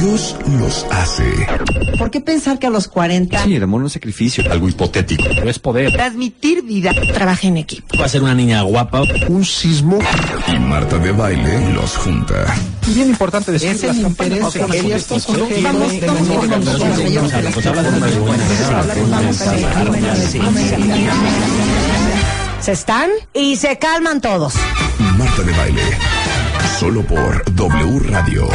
Dios los hace. ¿Por qué pensar que a los 40 Sí, el amor no es sacrificio, algo hipotético. No es poder. transmitir vida trabaja en equipo? Va a ser una niña guapa. Un sismo. Y Marta de Baile los junta. Bien importante decir Es el interés campanas que son estos cosas sujetos que vamos, tienen vamos, que vamos, ver vamos, con vamos, las vamos, cosas que hablan de Se están y se calman todos. Marta de Baile. Solo por W Radio.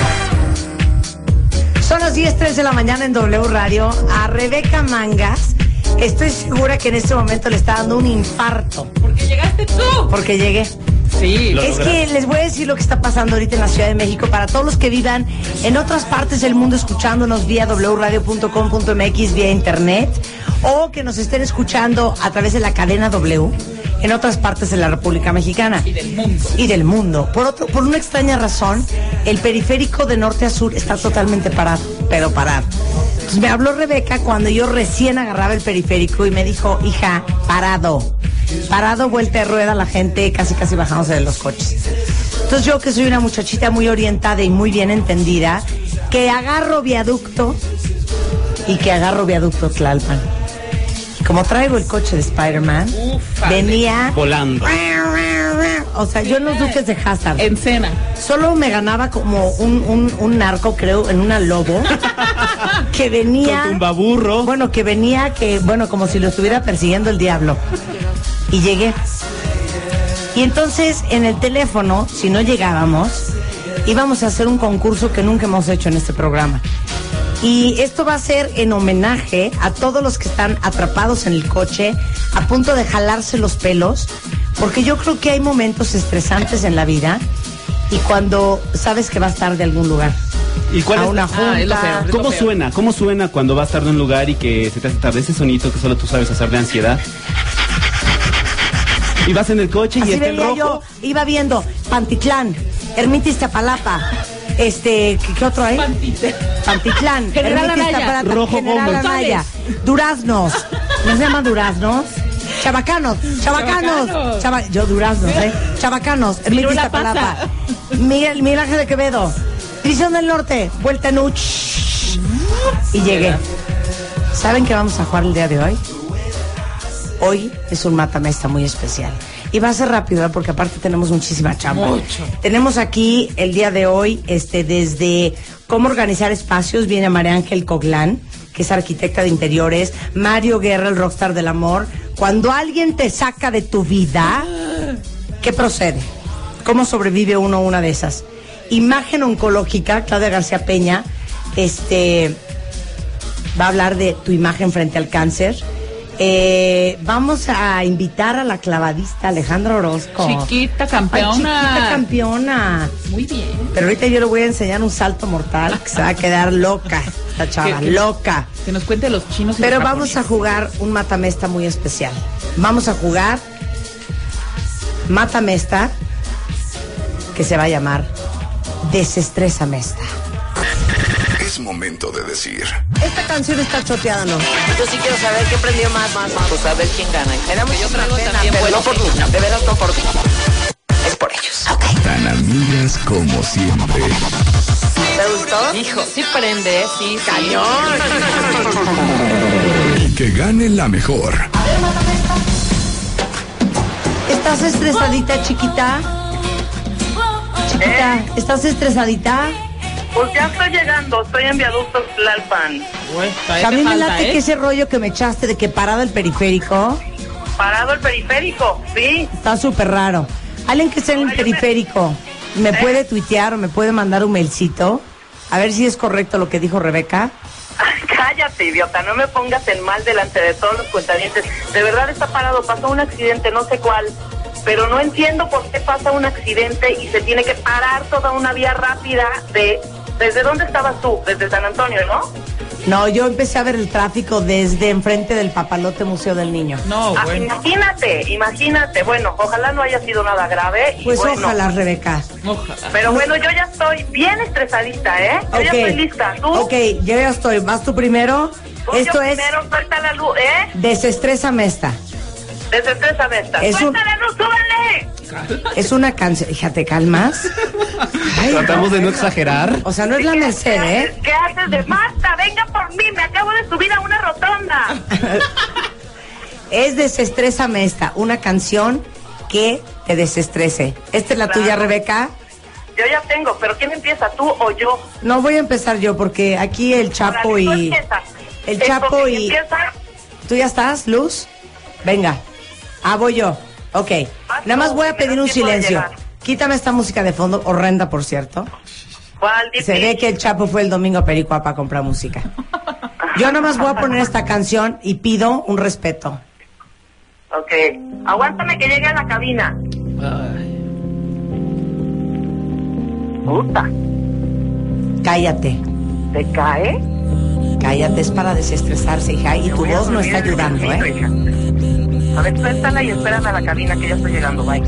Son las 10.03 de la mañana en W Radio. A Rebeca Mangas, estoy segura que en este momento le está dando un infarto. Porque llegaste tú. Porque llegué. Sí. es que les voy a decir lo que está pasando ahorita en la Ciudad de México para todos los que vivan en otras partes del mundo escuchándonos vía wradio.com.mx, vía internet, o que nos estén escuchando a través de la cadena W en otras partes de la República Mexicana. Y del mundo. Y del mundo. Por, otro, por una extraña razón, el periférico de norte a sur está totalmente parado, pero parado. Entonces me habló Rebeca cuando yo recién agarraba el periférico y me dijo, hija, parado. Parado, vuelta de rueda, la gente casi casi bajándose de los coches. Entonces yo que soy una muchachita muy orientada y muy bien entendida, que agarro viaducto y que agarro viaducto Tlalpan. Y como traigo el coche de Spider-Man, Ufale. venía... Volando. O sea, yo en los duques de Hazard. En cena. Solo me ganaba como un, un- un narco, creo, en una lobo. que venía. Con tumbaburro. Bueno, que venía, que, bueno, como si lo estuviera persiguiendo el diablo. Y llegué. Y entonces en el teléfono, si no llegábamos, íbamos a hacer un concurso que nunca hemos hecho en este programa. Y esto va a ser en homenaje a todos los que están atrapados en el coche, a punto de jalarse los pelos, porque yo creo que hay momentos estresantes en la vida y cuando sabes que vas tarde a algún lugar. ¿Y cuál a es- una junta. Ah, es lo peor. ¿Cómo peor. suena? ¿Cómo suena cuando vas tarde a un lugar y que se te hace tarde ese sonito que solo tú sabes hacer de ansiedad? Y vas en el coche y Así está en venía rojo. yo, iba viendo Pantitlán, Ermita Iztapalapa, este, ¿qué, qué otro hay? Pantite. Pantitlán, General Ermita Anaya. Iztapalapa, Rojo General Bombo. Anaya, Duraznos, ¿no se llaman Duraznos? Chabacanos, chabacanos, Chabacanos. chaba- yo duraznos, ¿eh? Chabacanos, Ermita Pirula pasa. Iztapalapa, Miguel, Miguel Ángel de Quevedo, División del Norte, Vuelta en Uch. Y llegué. ¿Saben qué vamos a jugar el día de hoy? Hoy es un matamesta muy especial. Y va a ser rápido, ¿eh? porque aparte tenemos muchísima chamba. Mucho. Tenemos aquí el día de hoy, este, desde cómo organizar espacios, viene María Ángel Coglán, que es arquitecta de interiores, Mario Guerra, el rockstar del amor. Cuando alguien te saca de tu vida, ¿qué procede? ¿Cómo sobrevive uno a una de esas? Imagen oncológica, Claudia García Peña, este, va a hablar de tu imagen frente al cáncer. Eh, vamos a invitar a la clavadista Alejandra Orozco. Chiquita Ay, campeona. chiquita campeona. Muy bien. Pero ahorita yo le voy a enseñar un salto mortal que se va a quedar loca, esta chava, Que- que- loca. Que nos cuente los chinos. y Pero los vamos a japoneses. jugar un matamesta muy especial. Vamos a jugar matamesta que se va a llamar desestresa mesta. Es momento de decir. Esta canción está choteada, ¿no? Yo sí quiero saber qué prendió más, más, más. Pues a ver quién gana. Me da muchísima pena, pero no por mí. De veras no por mí. Es por ellos. Tan amigas como siempre. ¿Te gustó? Hijo, sí prende, sí. Cañón. Y que gane la mejor. ¿Estás estresadita, chiquita? Chiquita, ¿estás estresadita? Pues ya estoy llegando, estoy en viaductos Tlalpan. Güey, todavía A te mí me falta, late ¿eh? que ese rollo que me echaste de que parado el periférico Parado el periférico, sí. está súper raro. Alguien que está en el periférico, ¿me puede tuitear o me puede mandar un mailcito? A ver si es correcto lo que dijo Rebeca. Cállate, idiota, no me pongas en mal delante de todos los cuentadientes. De verdad está parado, pasó un accidente, no sé cuál, pero no entiendo por qué pasa un accidente y se tiene que parar toda una vía rápida de... ¿Desde dónde estabas tú? Desde San Antonio, ¿no? No, yo empecé a ver el tráfico desde enfrente del Papalote Museo del Niño. No, Ah, Oh, bueno. Imagínate, imagínate. Bueno, ojalá no haya sido nada grave. y Pues bueno, ojalá, Rebeca. Ojalá. Pero bueno, yo ya estoy bien estresadita, ¿eh? Yo ya Ok. estoy lista. Tú, Ok, yo ya estoy. Vas tú primero. tú Esto yo es primero, suelta la luz, ¿eh? Desestrésame esta. Desestrésame esta. Es un- ¡Suelta la luz, súbele! Es una canción. Fíjate, calmas. Ay, Tratamos de no exagerar. o sea, no es la ¿Qué merced, haces? ¿eh? ¿Qué haces de Marta? Venga por mí, me acabo de subir a una rotonda. Es Desestrésame esta. Una canción que te desestrese. Esta es la tuya, Rebeca. Yo ya tengo, pero ¿quién empieza, tú o yo? No voy a empezar yo porque aquí el Chapo Órale, tú y. empiezas. El Es Chapo porque y. empieza- ¿Tú ya estás, Luz? Venga. Ah, voy yo. Ok. Vas Nada más tú, voy a que me pedir da un tiempo de silencio. llegar. Quítame esta música de fondo, horrenda, por cierto. ¿Cuál Se ve difícil? que el Chapo fue el domingo a Pericuapa a comprar música. Yo nomás voy a poner esta canción y pido un respeto. Ok, aguántame que llegue a la cabina. Puta, Cállate, ¿te cae? cállate, es para desestresarse, hija. Y tu voz no está ayudando, ¿eh? A ver, suéltala y espérame a la cabina que ya estoy llegando, bye.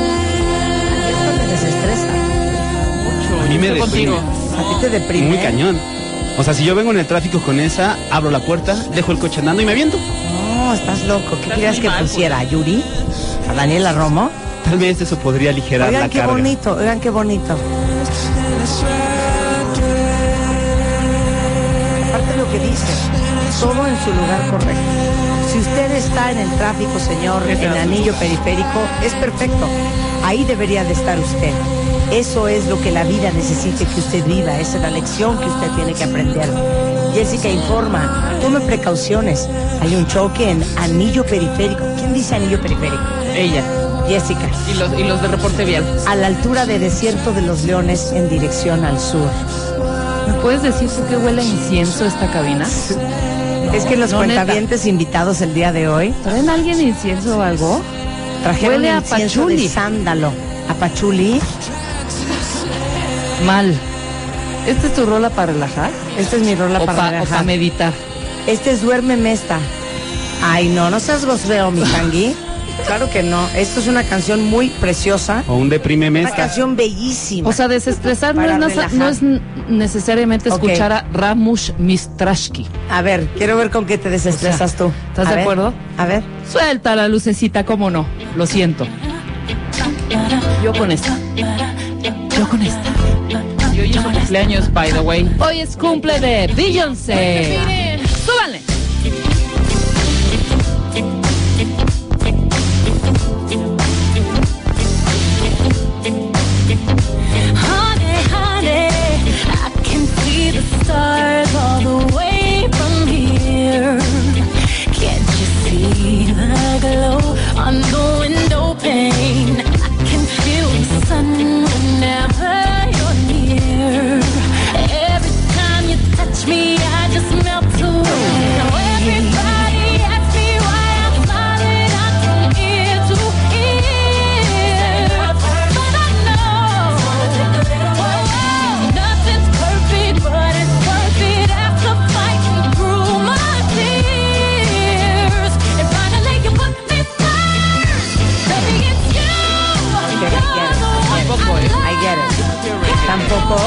Esto te desestresa. A mí me deprime. Estoy contigo. A ti te deprime. Muy ¿eh? cañón. O sea, si yo vengo en el tráfico con esa, abro la puerta, dejo el coche andando y me aviento. No, estás loco. ¿Qué Estás querías muy que pues. mal, pusiera? ¿A Yuri? ¿A Daniela Romo? Tal vez eso podría aligerar la Oigan qué carga. bonito, oigan qué bonito. Aparte lo que dice, todo en su lugar correcto. Si usted está en el tráfico, señor, en el anillo periférico, es perfecto. Ahí debería de estar usted. Eso es lo que la vida necesita que usted viva. Esa es la lección que usted tiene que aprender. Jessica informa, tome precauciones. Hay un choque en anillo periférico. ¿Quién dice anillo periférico? Ella. Jessica Y los, y los de reporte vial. a la altura de Desierto de los Leones en dirección al sur. ¿Me puedes decir por qué huele a incienso esta cabina? es que los no, neta. cuentavientes invitados el día de hoy ¿Saben alguien incienso o algo? trajeron Huele a incienso pachuli. de sándalo. A pachuli. Mal. ¿Esta es tu rola para relajar? Esta es mi rola o para pa- o relajar. pa' meditar. Este es Duerme Mesta. Ay, no, no seas gozreo, mi tanguí. Claro que no. Esto es una canción muy preciosa. O un deprime Una mesta. canción bellísima. O sea, desestresar no Para es, nasa- relajar. no es n- necesariamente Ok. escuchar a Ramush Mistrashki. a ver, quiero ver con qué te desestresas O sea, tú. ¿estás A de ver, acuerdo? A ver. Suelta la lucecita, cómo no. Lo siento. Yo con esta. Yo con esta. Yo hoy es su cumpleaños, by the way. Hoy es cumple de Beyoncé. ¡Súbanle! Honey, honey, I can see the stars all the way from here. Can't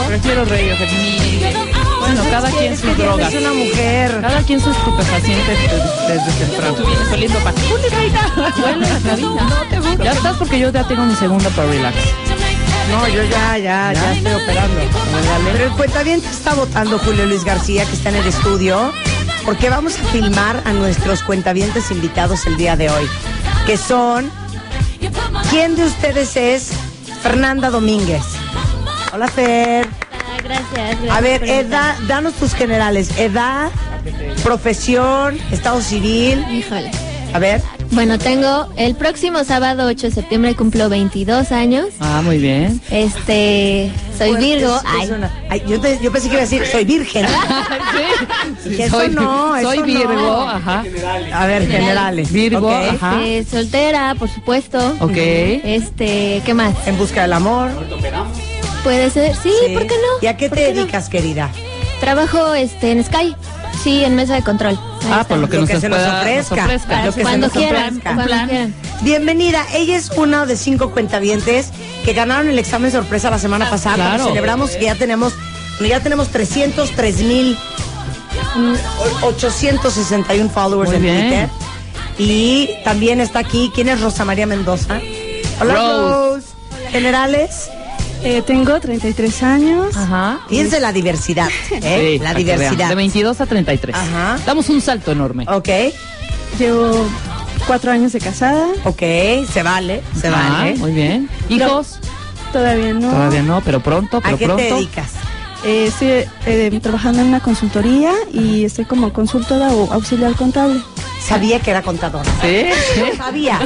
no quiero reír. de mí. Bueno, cada quien sus drogas. Es una mujer. Cada quien sus estupefacientes desde, desde temprano. Tú vienes oliendo pa- Hueles rica. Hueles cabina. Ya estás porque yo ya tengo mi segundo para relax. No, yo ya, ya, ya, estoy operando. Pero el cuentaviente está votando Julio Luis García, que está en el estudio, porque vamos a filmar a nuestros cuentavientes invitados el día de hoy, que son... ¿Quién de ustedes es Fernanda Domínguez? Hola, Fer. Gracias. A ver, por invitarme. edad, danos tus generales. Edad, profesión, estado civil. Híjole. A ver. Bueno, tengo el próximo sábado 8 de septiembre cumplo 22 años. Ah, muy bien. Este, soy Virgo. Es- Ay, es una- ay, yo, te- yo pensé que iba a decir, soy virgen. Sí, Eso soy, no, eso soy no. Virgo, ajá. A ver, generales. Virgo, Ok. ajá. Eh, este, soltera, por supuesto. Ok. Este, ¿qué más? En busca del amor. Puede ser, sí, ¿por qué no? ¿Y a qué ¿Por te no? dedicas, querida? Trabajo este en Sky. Sí, en mesa de control. Ahí Ah, estamos. por lo que, Lo nos, que se nos pueda- ofrezca. Para lo pues que se cuando nos quieran, ofrezca. cuando Plan. quieran. Bienvenida, ella es una de cinco cuentavientes que ganaron el examen sorpresa la semana pasada. Claro. Lo Celebramos que ya tenemos, ya tenemos 303 mil mm, 861 followers Muy en bien. Twitter. Y también está aquí, ¿quién es Rosa María Mendoza? Hola Rose. Rose. Generales, tengo 33 años. Ajá. piense la diversidad, ¿eh? Sí, la para que vean. diversidad. De 22 a 33. Ajá. Oh, Damos un salto enorme. Ok, Llevo cuatro años de casada. ok, se vale, se Ah, vale. Muy bien. ¿Hijos? Todavía no. Todavía no, pero pronto, ¿A pero qué te pronto. dedicas? Eh, estoy eh, trabajando en una consultoría y estoy como consultora o auxiliar contable. Sabía que era contadora. Sí, sí. Sabía.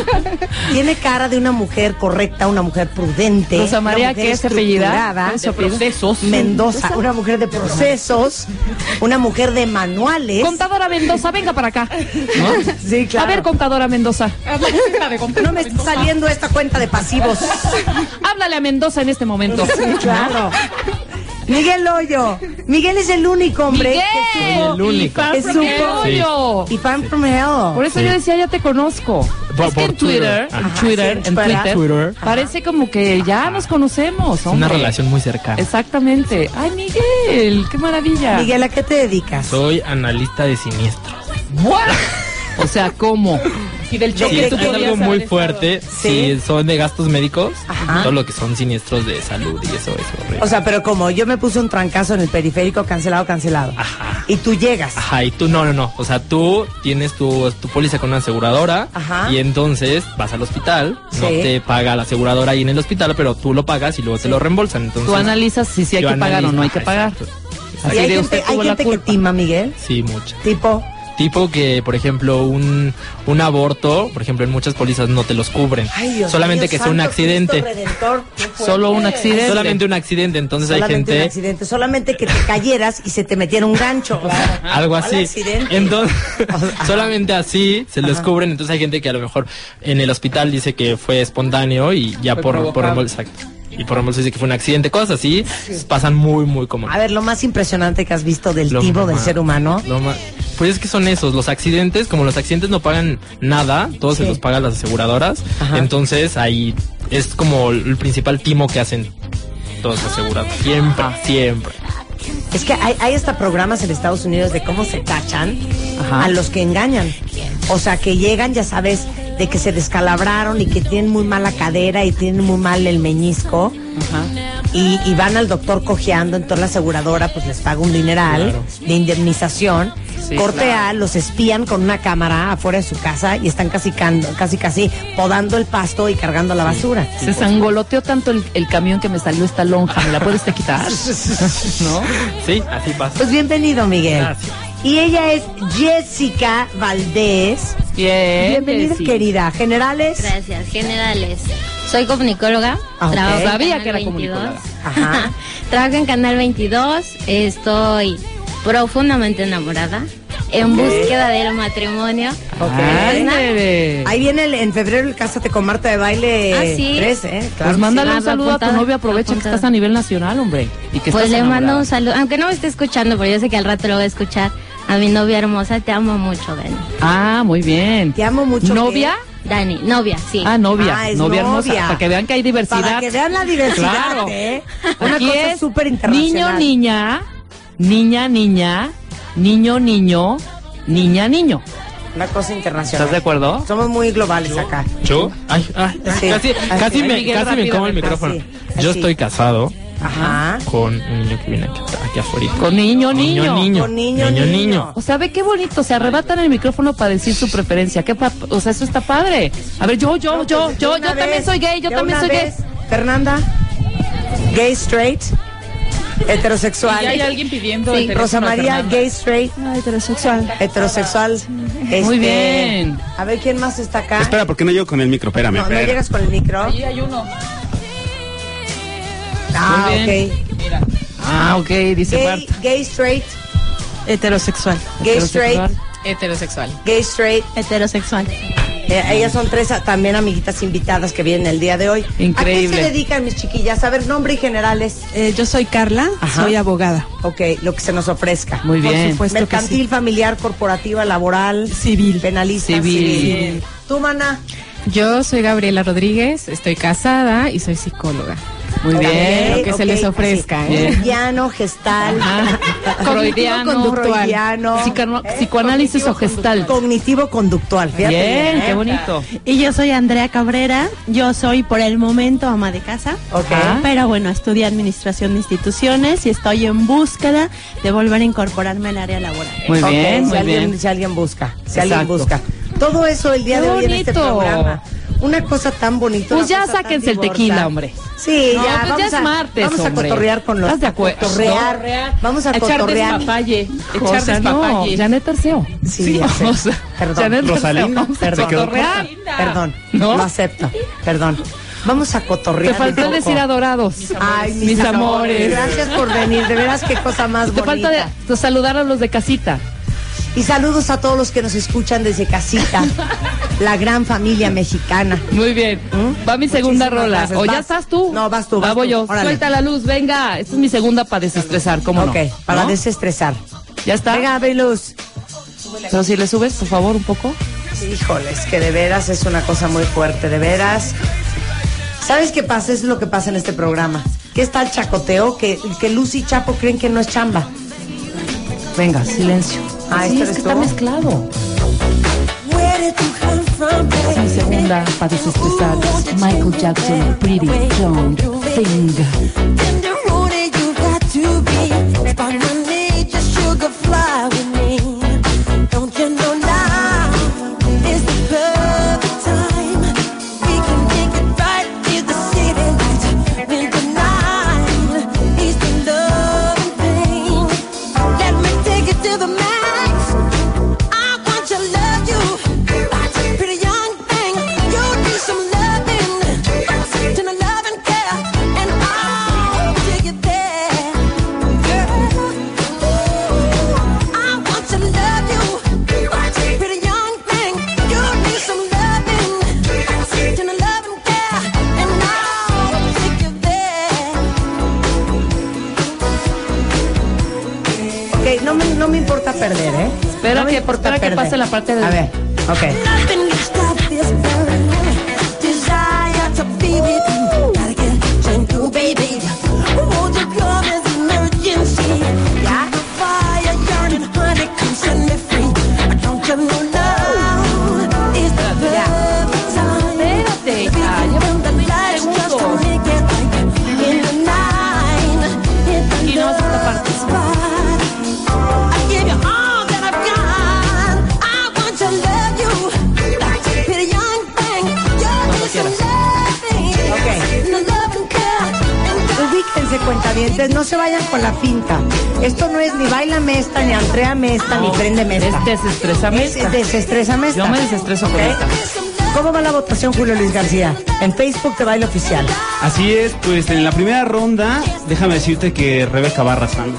Tiene cara de una mujer correcta, una mujer prudente. Rosa una María, mujer ¿qué es apellida? estructurada, De procesos. Mendoza, una mujer de procesos, una mujer de manuales. Contadora Mendoza, venga para acá. ¿No? Sí, claro. A ver, contadora Mendoza. no me está saliendo esta cuenta de pasivos. Háblale a Mendoza en este momento. claro. Miguel Hoyo. Miguel es el único hombre que Miguel, supo- El único. y que Fran supo- Froillo. Y fan from hell. Por eso yo decía, ya te conozco. Por- es que por en Twitter, Twitter. en Ajá. Twitter, Sí, en para- Twitter, Twitter. parece como que ya nos conocemos, Es una hombre. relación muy cercana. Exactamente. Ay, Miguel, qué maravilla. Miguel, ¿a qué te dedicas? Soy analista de siniestros. ¿What? O sea, ¿cómo? Si del Sí, choque es tú podías algo haber muy estado. fuerte. Sí. Sí. son de gastos médicos. Ajá. Todo lo que son siniestros de salud y eso es horrible. O sea, pero como yo me puse un trancazo en el periférico, cancelado, cancelado. Ajá. Y tú llegas. Ajá, y tú no, no, no. O sea, tú tienes tu, tu póliza con una aseguradora Ajá. y entonces vas al hospital, no Sí. te paga la aseguradora ahí en el hospital, pero tú lo pagas y luego te lo reembolsan. Entonces, Tú analizas si sí hay yo que pagar o analizo, no hay que ajá, pagar. exacto. Y Así hay de gente, usted hay tuvo la gente que culpa. tima, Miguel. Sí, mucho. Tipo, Tipo que, por ejemplo, un, un aborto, por ejemplo, en muchas pólizas no te los cubren. ay, Dios Solamente mío, que sea un santo accidente. Cristo Redentor, qué fuerte. Solo un accidente. Solamente un accidente, entonces hay Solamente un gente accidente, solamente que te cayeras y se te metiera un gancho. o sea, algo Ah, ¿cuál así. accidente? Entonces, Ajá. solamente así se los cubren. Entonces hay gente que a lo mejor en el hospital dice que fue espontáneo y ya por, Fue por provocado. reembolso. exacto. Y por reembolso dice que fue un accidente. Cosas así pues, pasan muy, muy común. A ver, lo más impresionante que has visto del Lo tipo del más- ser humano. lo más- Pues es que son esos, los accidentes, como los accidentes no pagan nada, todos Sí. se los pagan las aseguradoras, Ajá. entonces ahí es como el principal timo que hacen todos Ah, los asegurados, siempre, siempre. Es que hay, hay hasta programas en Estados Unidos de cómo se cachan Ajá. a los que engañan. O sea, que llegan, ya sabes, de que se descalabraron y que tienen muy mala cadera y tienen muy mal el meñisco. Ajá. y, y van al doctor cojeando, entonces la aseguradora pues les paga un dineral Claro. de indemnización. Sí, Corte claro. A, los espían con una cámara afuera de su casa y están casi, cando- casi, casi podando el pasto y cargando la basura. Se sangoloteó tanto el, el camión que me salió esta lonja. ¿Me la puedes te quitar? ¿No? Sí, así pasa. Pues bienvenido, Miguel. Gracias. Y ella es Jessica Valdés. Bien. Bienvenida, Eh, Jessy. querida. Generales. Gracias, generales. Soy comunicóloga. Ah, ok. trabajo en Sabía Canal que era 22. comunicóloga. Ajá. trabajo en Canal 22. Estoy profundamente enamorada. En búsqueda del matrimonio. Ok. Ándele. Ahí viene el- en febrero el Cásate con Marta de Baile Ah, sí. 3, ¿eh? Claro. Pues mándale sí. un saludo a tu Apuntada, novio, aprovecha que apuntada. estás a nivel nacional, hombre. Y que Pues estás le mando enamorada. un saludo. Aunque no me esté escuchando, pero yo sé que al rato lo voy a escuchar. A mi novia hermosa, te amo mucho, Dani. Ah, muy bien. Pues, Te amo mucho, ¿Novia? ¿qué? Dani, novia, sí. Ah, novia, novia, hermosa. Para que vean que hay diversidad. Para que vean la diversidad, Claro. ¿eh? Una Aquí cosa es súper Niño, internacional. niña, niña, niña, niño, niño, niña, niño. Una cosa internacional. ¿Estás de acuerdo? Somos muy globales acá. ¿Yo? Ay, ay, ay, Sí. casi, Así. casi Ay, me, Miguel, casi me rápido, como el rápido. micrófono. Así, Yo así. estoy casado Ajá. con un niño que viene aquí, aquí afuera. Con niño, niño. niño. Con niño, niño. niño. O sea, ve qué bonito, se arrebatan el micrófono para decir su preferencia. Qué pa- o sea, eso está padre. A ver, yo, yo, yo, Entonces, yo, pues, de yo una también vez, soy gay, yo de también una soy gay. vez, Fernanda, gay, straight, heterosexual. Y ya hay alguien pidiendo el Sí. teléfono Rosa de María, Fernanda. gay, straight. heterosexual. Heterosexual. Este, bien. A ver, ¿quién más está acá? Espera, ¿por qué no llego con el micro? Espérame, No, no espera. llegas con el micro. Ahí hay uno. Ah, Muy bien. ok. Ah, ok, dice Gay, Bart. gay, straight, Heterosexual. Gay, straight. Heterosexual. gay, straight. Heterosexual. Eh, ellas son tres ah, también amiguitas invitadas que vienen el día de hoy. ¿A qué Increíble. se dedican mis chiquillas? A ver, nombre y generales. Eh, yo soy Carla, soy abogada. Ok, lo que se nos ofrezca. Muy Por bien. supuesto que Mercantil, familiar, corporativa, laboral. Civil. Penalista. Civil. Civil. Civil. ¿Tú, mana? Yo soy Gabriela Rodríguez, estoy casada y soy psicóloga. Muy Ok, bien. Lo que se ok, les ofrezca, así. ¿eh? Freudiano, gestal. Freudiano, Freudiano. Psicano- psicoanálisis o gestal. Cognitivo conductual. Bien, ¿eh? qué bonito. Y yo soy Andrea Cabrera, yo soy por el momento ama de casa, Ok. pero bueno, estudié administración de instituciones y estoy en búsqueda de volver a incorporarme al área laboral. Muy Ok, bien, si muy alguien, bien. Si alguien busca, si alguien Exacto. busca. Todo eso el día Qué de hoy en este bonito. programa. Una cosa tan bonita. Pues una ya cosa tan sáquense el diversa. tequila, hombre. Sí, No, ya, pues vamos ya a, es martes, Vamos a hombre. cotorrear con los. ¿Estás de acuerdo? Cotorrear. Vamos a Echar cotorrear. despapalle. Echar Cosa, no, despapalle. ya Janet Arceo. Sí, ya sé. o sea, Perdón. Janet Arceo. Rosalinda, Vamos a perdón. cotorrear. Perdón, lo acepto. Perdón. Vamos a cotorrear. Te faltó un poco. decir adorados. Ay, mis, amores. Gracias por venir. De veras, qué cosa más Te bonita. falta de, de saludar a los de casita. Y saludos a todos los que nos escuchan desde casita. la gran familia mexicana. Muy bien. Va mi ¿Mm? Muchísimas segunda rola. gracias. O ya Vas. estás tú. No, vas tú, Va, vas voy tú. yo. Órale. Suelta la luz, venga. Esta es mi segunda para desestresar, ¿cómo no? Ok, para ¿No? desestresar. Ya está. Venga, ve luz. Pero si le subes, por favor, un poco. Híjoles, que de veras es una cosa muy fuerte, de veras. ¿Sabes qué pasa? Eso es lo que pasa en este programa. Que está el chacoteo que, que Luz y Chapo creen que no es chamba. Venga, silencio. Ah, Sí, este es eres que tú. está mezclado. Esta es mi segunda para desestresar. Es Michael Jackson, Pretty Don't Thing. Ok, no me, no me importa perder, ¿eh? Espera No me que- importa espera que perder. pase la parte de- A ver, ok. Espérate, ya, lleva un Y no vas a tapar. Ubíquense, cuentavientes, no se vayan con la finta. Esto no es ni bailame esta, ni antréame esta, ni préndeme esta. Es desestrésame esta. Es desestrésame esta. Yo me desestreso con ¿Ok? esta. ¿Cómo va la votación, Julio Luis García? En Facebook te baila oficial. Así es, pues en la primera ronda, déjame decirte que Rebeca va arrasando.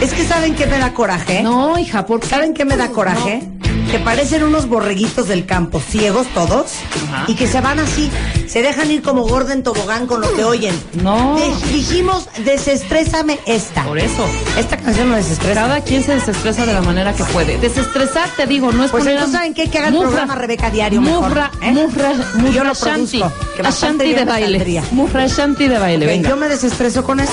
Es que ¿saben qué me da coraje? No, hija, ¿por ¿Saben qué me da coraje? que parecen unos borreguitos del campo, ciegos todos, y que se van así, se dejan ir como gordo en tobogán con lo que oyen. No. dijimos, desestrésame esta. Por eso. Esta canción no desestresa. Cada quien se desestresa de la manera que puede. Desestresar, te digo, no es Pues poner a- entonces, ¿saben qué? Que haga el Mufra- programa Rebeca Diario mejor, Mufra, ¿eh? Mufra, Mufra Yo lo Shanti. produzco, que bastante Ashanti bien de me baile. saldría. Mufra Shanti de baile, Ok, venga. Yo me desestreso con esto.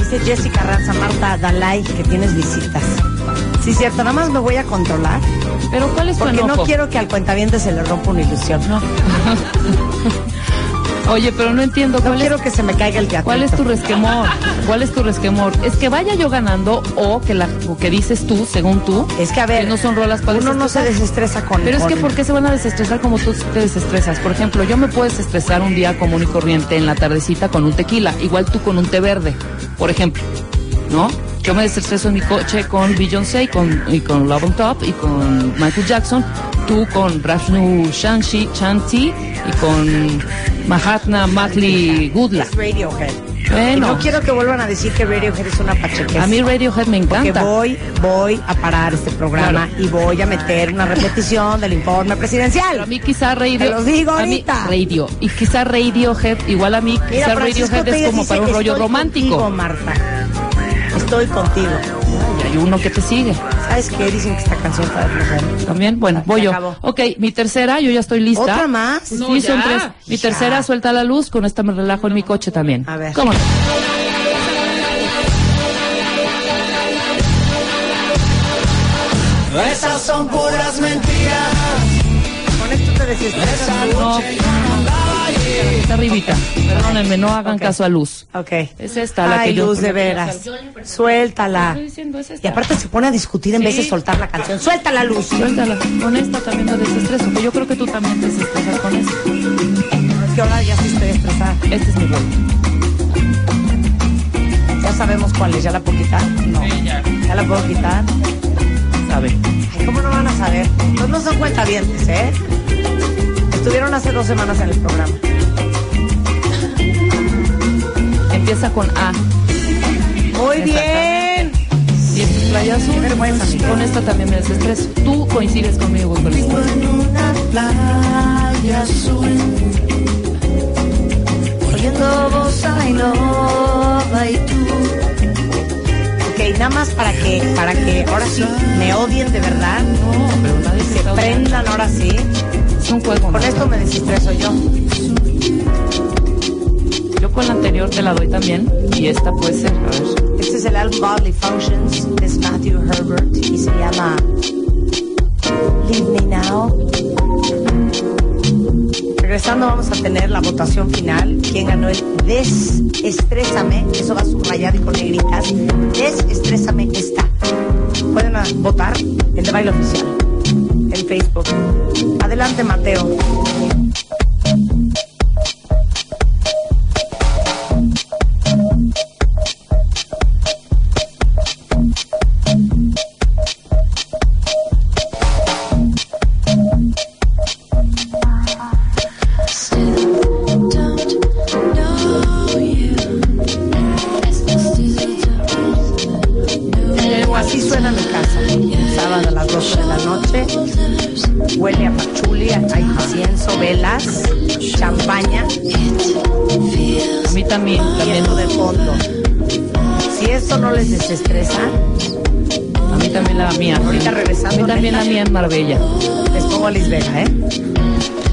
Dice Jessica Ranza, Marta Dalai, que tienes visitas. Sí, cierto, nada más me voy a controlar. Pero ¿cuál es tu Porque no enojo? quiero que al cuentaviente se le rompa una ilusión. No. Oye, pero no entiendo cuál quiero que se me caiga el teatro. ¿Cuál es tu resquemor? ¿Cuál es tu resquemor? ¿Es que vaya yo ganando o que la o que dices tú, según tú? Es que a ver, no son rolas para uno no se desestresa con Pero es que con- ¿por qué se van a desestresar como tú te desestresas? Por ejemplo, yo me puedo desestresar un día común y corriente en la tardecita con un tequila, igual tú con un té verde, por ejemplo, ¿no? Yo me desestreso en mi coche con Beyoncé y con, y con Love on Top y con Michael Jackson, tú con Rafnu Shanshi, Chanti y con Mahatma Matli Gudla. Es Radiohead. Bueno. Y no quiero que vuelvan a decir que Radiohead es una pachequez. A mí Radiohead me Porque encanta. voy, voy a parar este programa y voy a meter una repetición del informe presidencial. Pero a mí quizá Radio. Te los digo a mí ahorita. Radio. Y quizá Radiohead, igual a mí, Mira, quizá Francisco Radiohead es Telles como dice para un que rollo estoy romántico. contigo, Marta. Estoy contigo. Hay uno que te sigue. ¿Sabes qué? Dicen que esta canción está de flojera. También, bueno, voy yo. Ok, mi tercera, yo ya estoy lista. ¿Otra más? Sí, No, ya. son tres. Mi Ya. tercera, suelta la luz, con esta me relajo en mi coche también. A ver. ¿Cómo no? Esas son puras mentiras. Con esto te desestresas. No. Está arribita. Perdónenme, no hagan caso a luz. Ok. Es esta la Ay, que yo- Luz, de veras. Suéltala. Estoy diciendo, es esta. Y aparte se pone a discutir en vez de Sí. soltar la canción. Suéltala, Luz. Suéltala. Con esta también me desestreso. que Yo creo que tú también te desestresas con eso. Es que ahora ya sí estoy estresada. Este es mi vuelta. Ya sabemos cuál es. ¿Ya la puedo quitar? No. ya. la puedo quitar? Sabe. Ay, ¿Cómo no van a saber? Pues no son cuentavientes, ¿eh? Estuvieron hace dos semanas en el programa. Empieza con A. Muy bien. Y es playa azul. Con esta también me desestreso. Tú coincides conmigo con esto. playa azul. Oyendo bossa y nova y tú. Ok, nada más para que, para que ahora sí me odien de verdad. No, pero nadie se está Prendan ahora sí. Es un juego. Con esto me desestreso yo. Yo con la anterior te la doy también. Y esta puede ser. A ver. Este es el álbum Bodily Functions. Es Matthew Herbert y se llama Leave Me Now. Regresando vamos a tener la votación final. ¿Quién ganó el Desestrésame? Eso va subrayado y con negritas. Desestrésame está. Pueden ah, votar el de baile oficial en Facebook. Adelante, Mateo. Still don't chuli, hay incienso, velas, champaña. A mí también, también. de fondo. Si esto no les desestresa, A mí también la mía. Ahorita regresando, A mí también la mía en Marbella. les pongo a Lisbeth, ¿eh?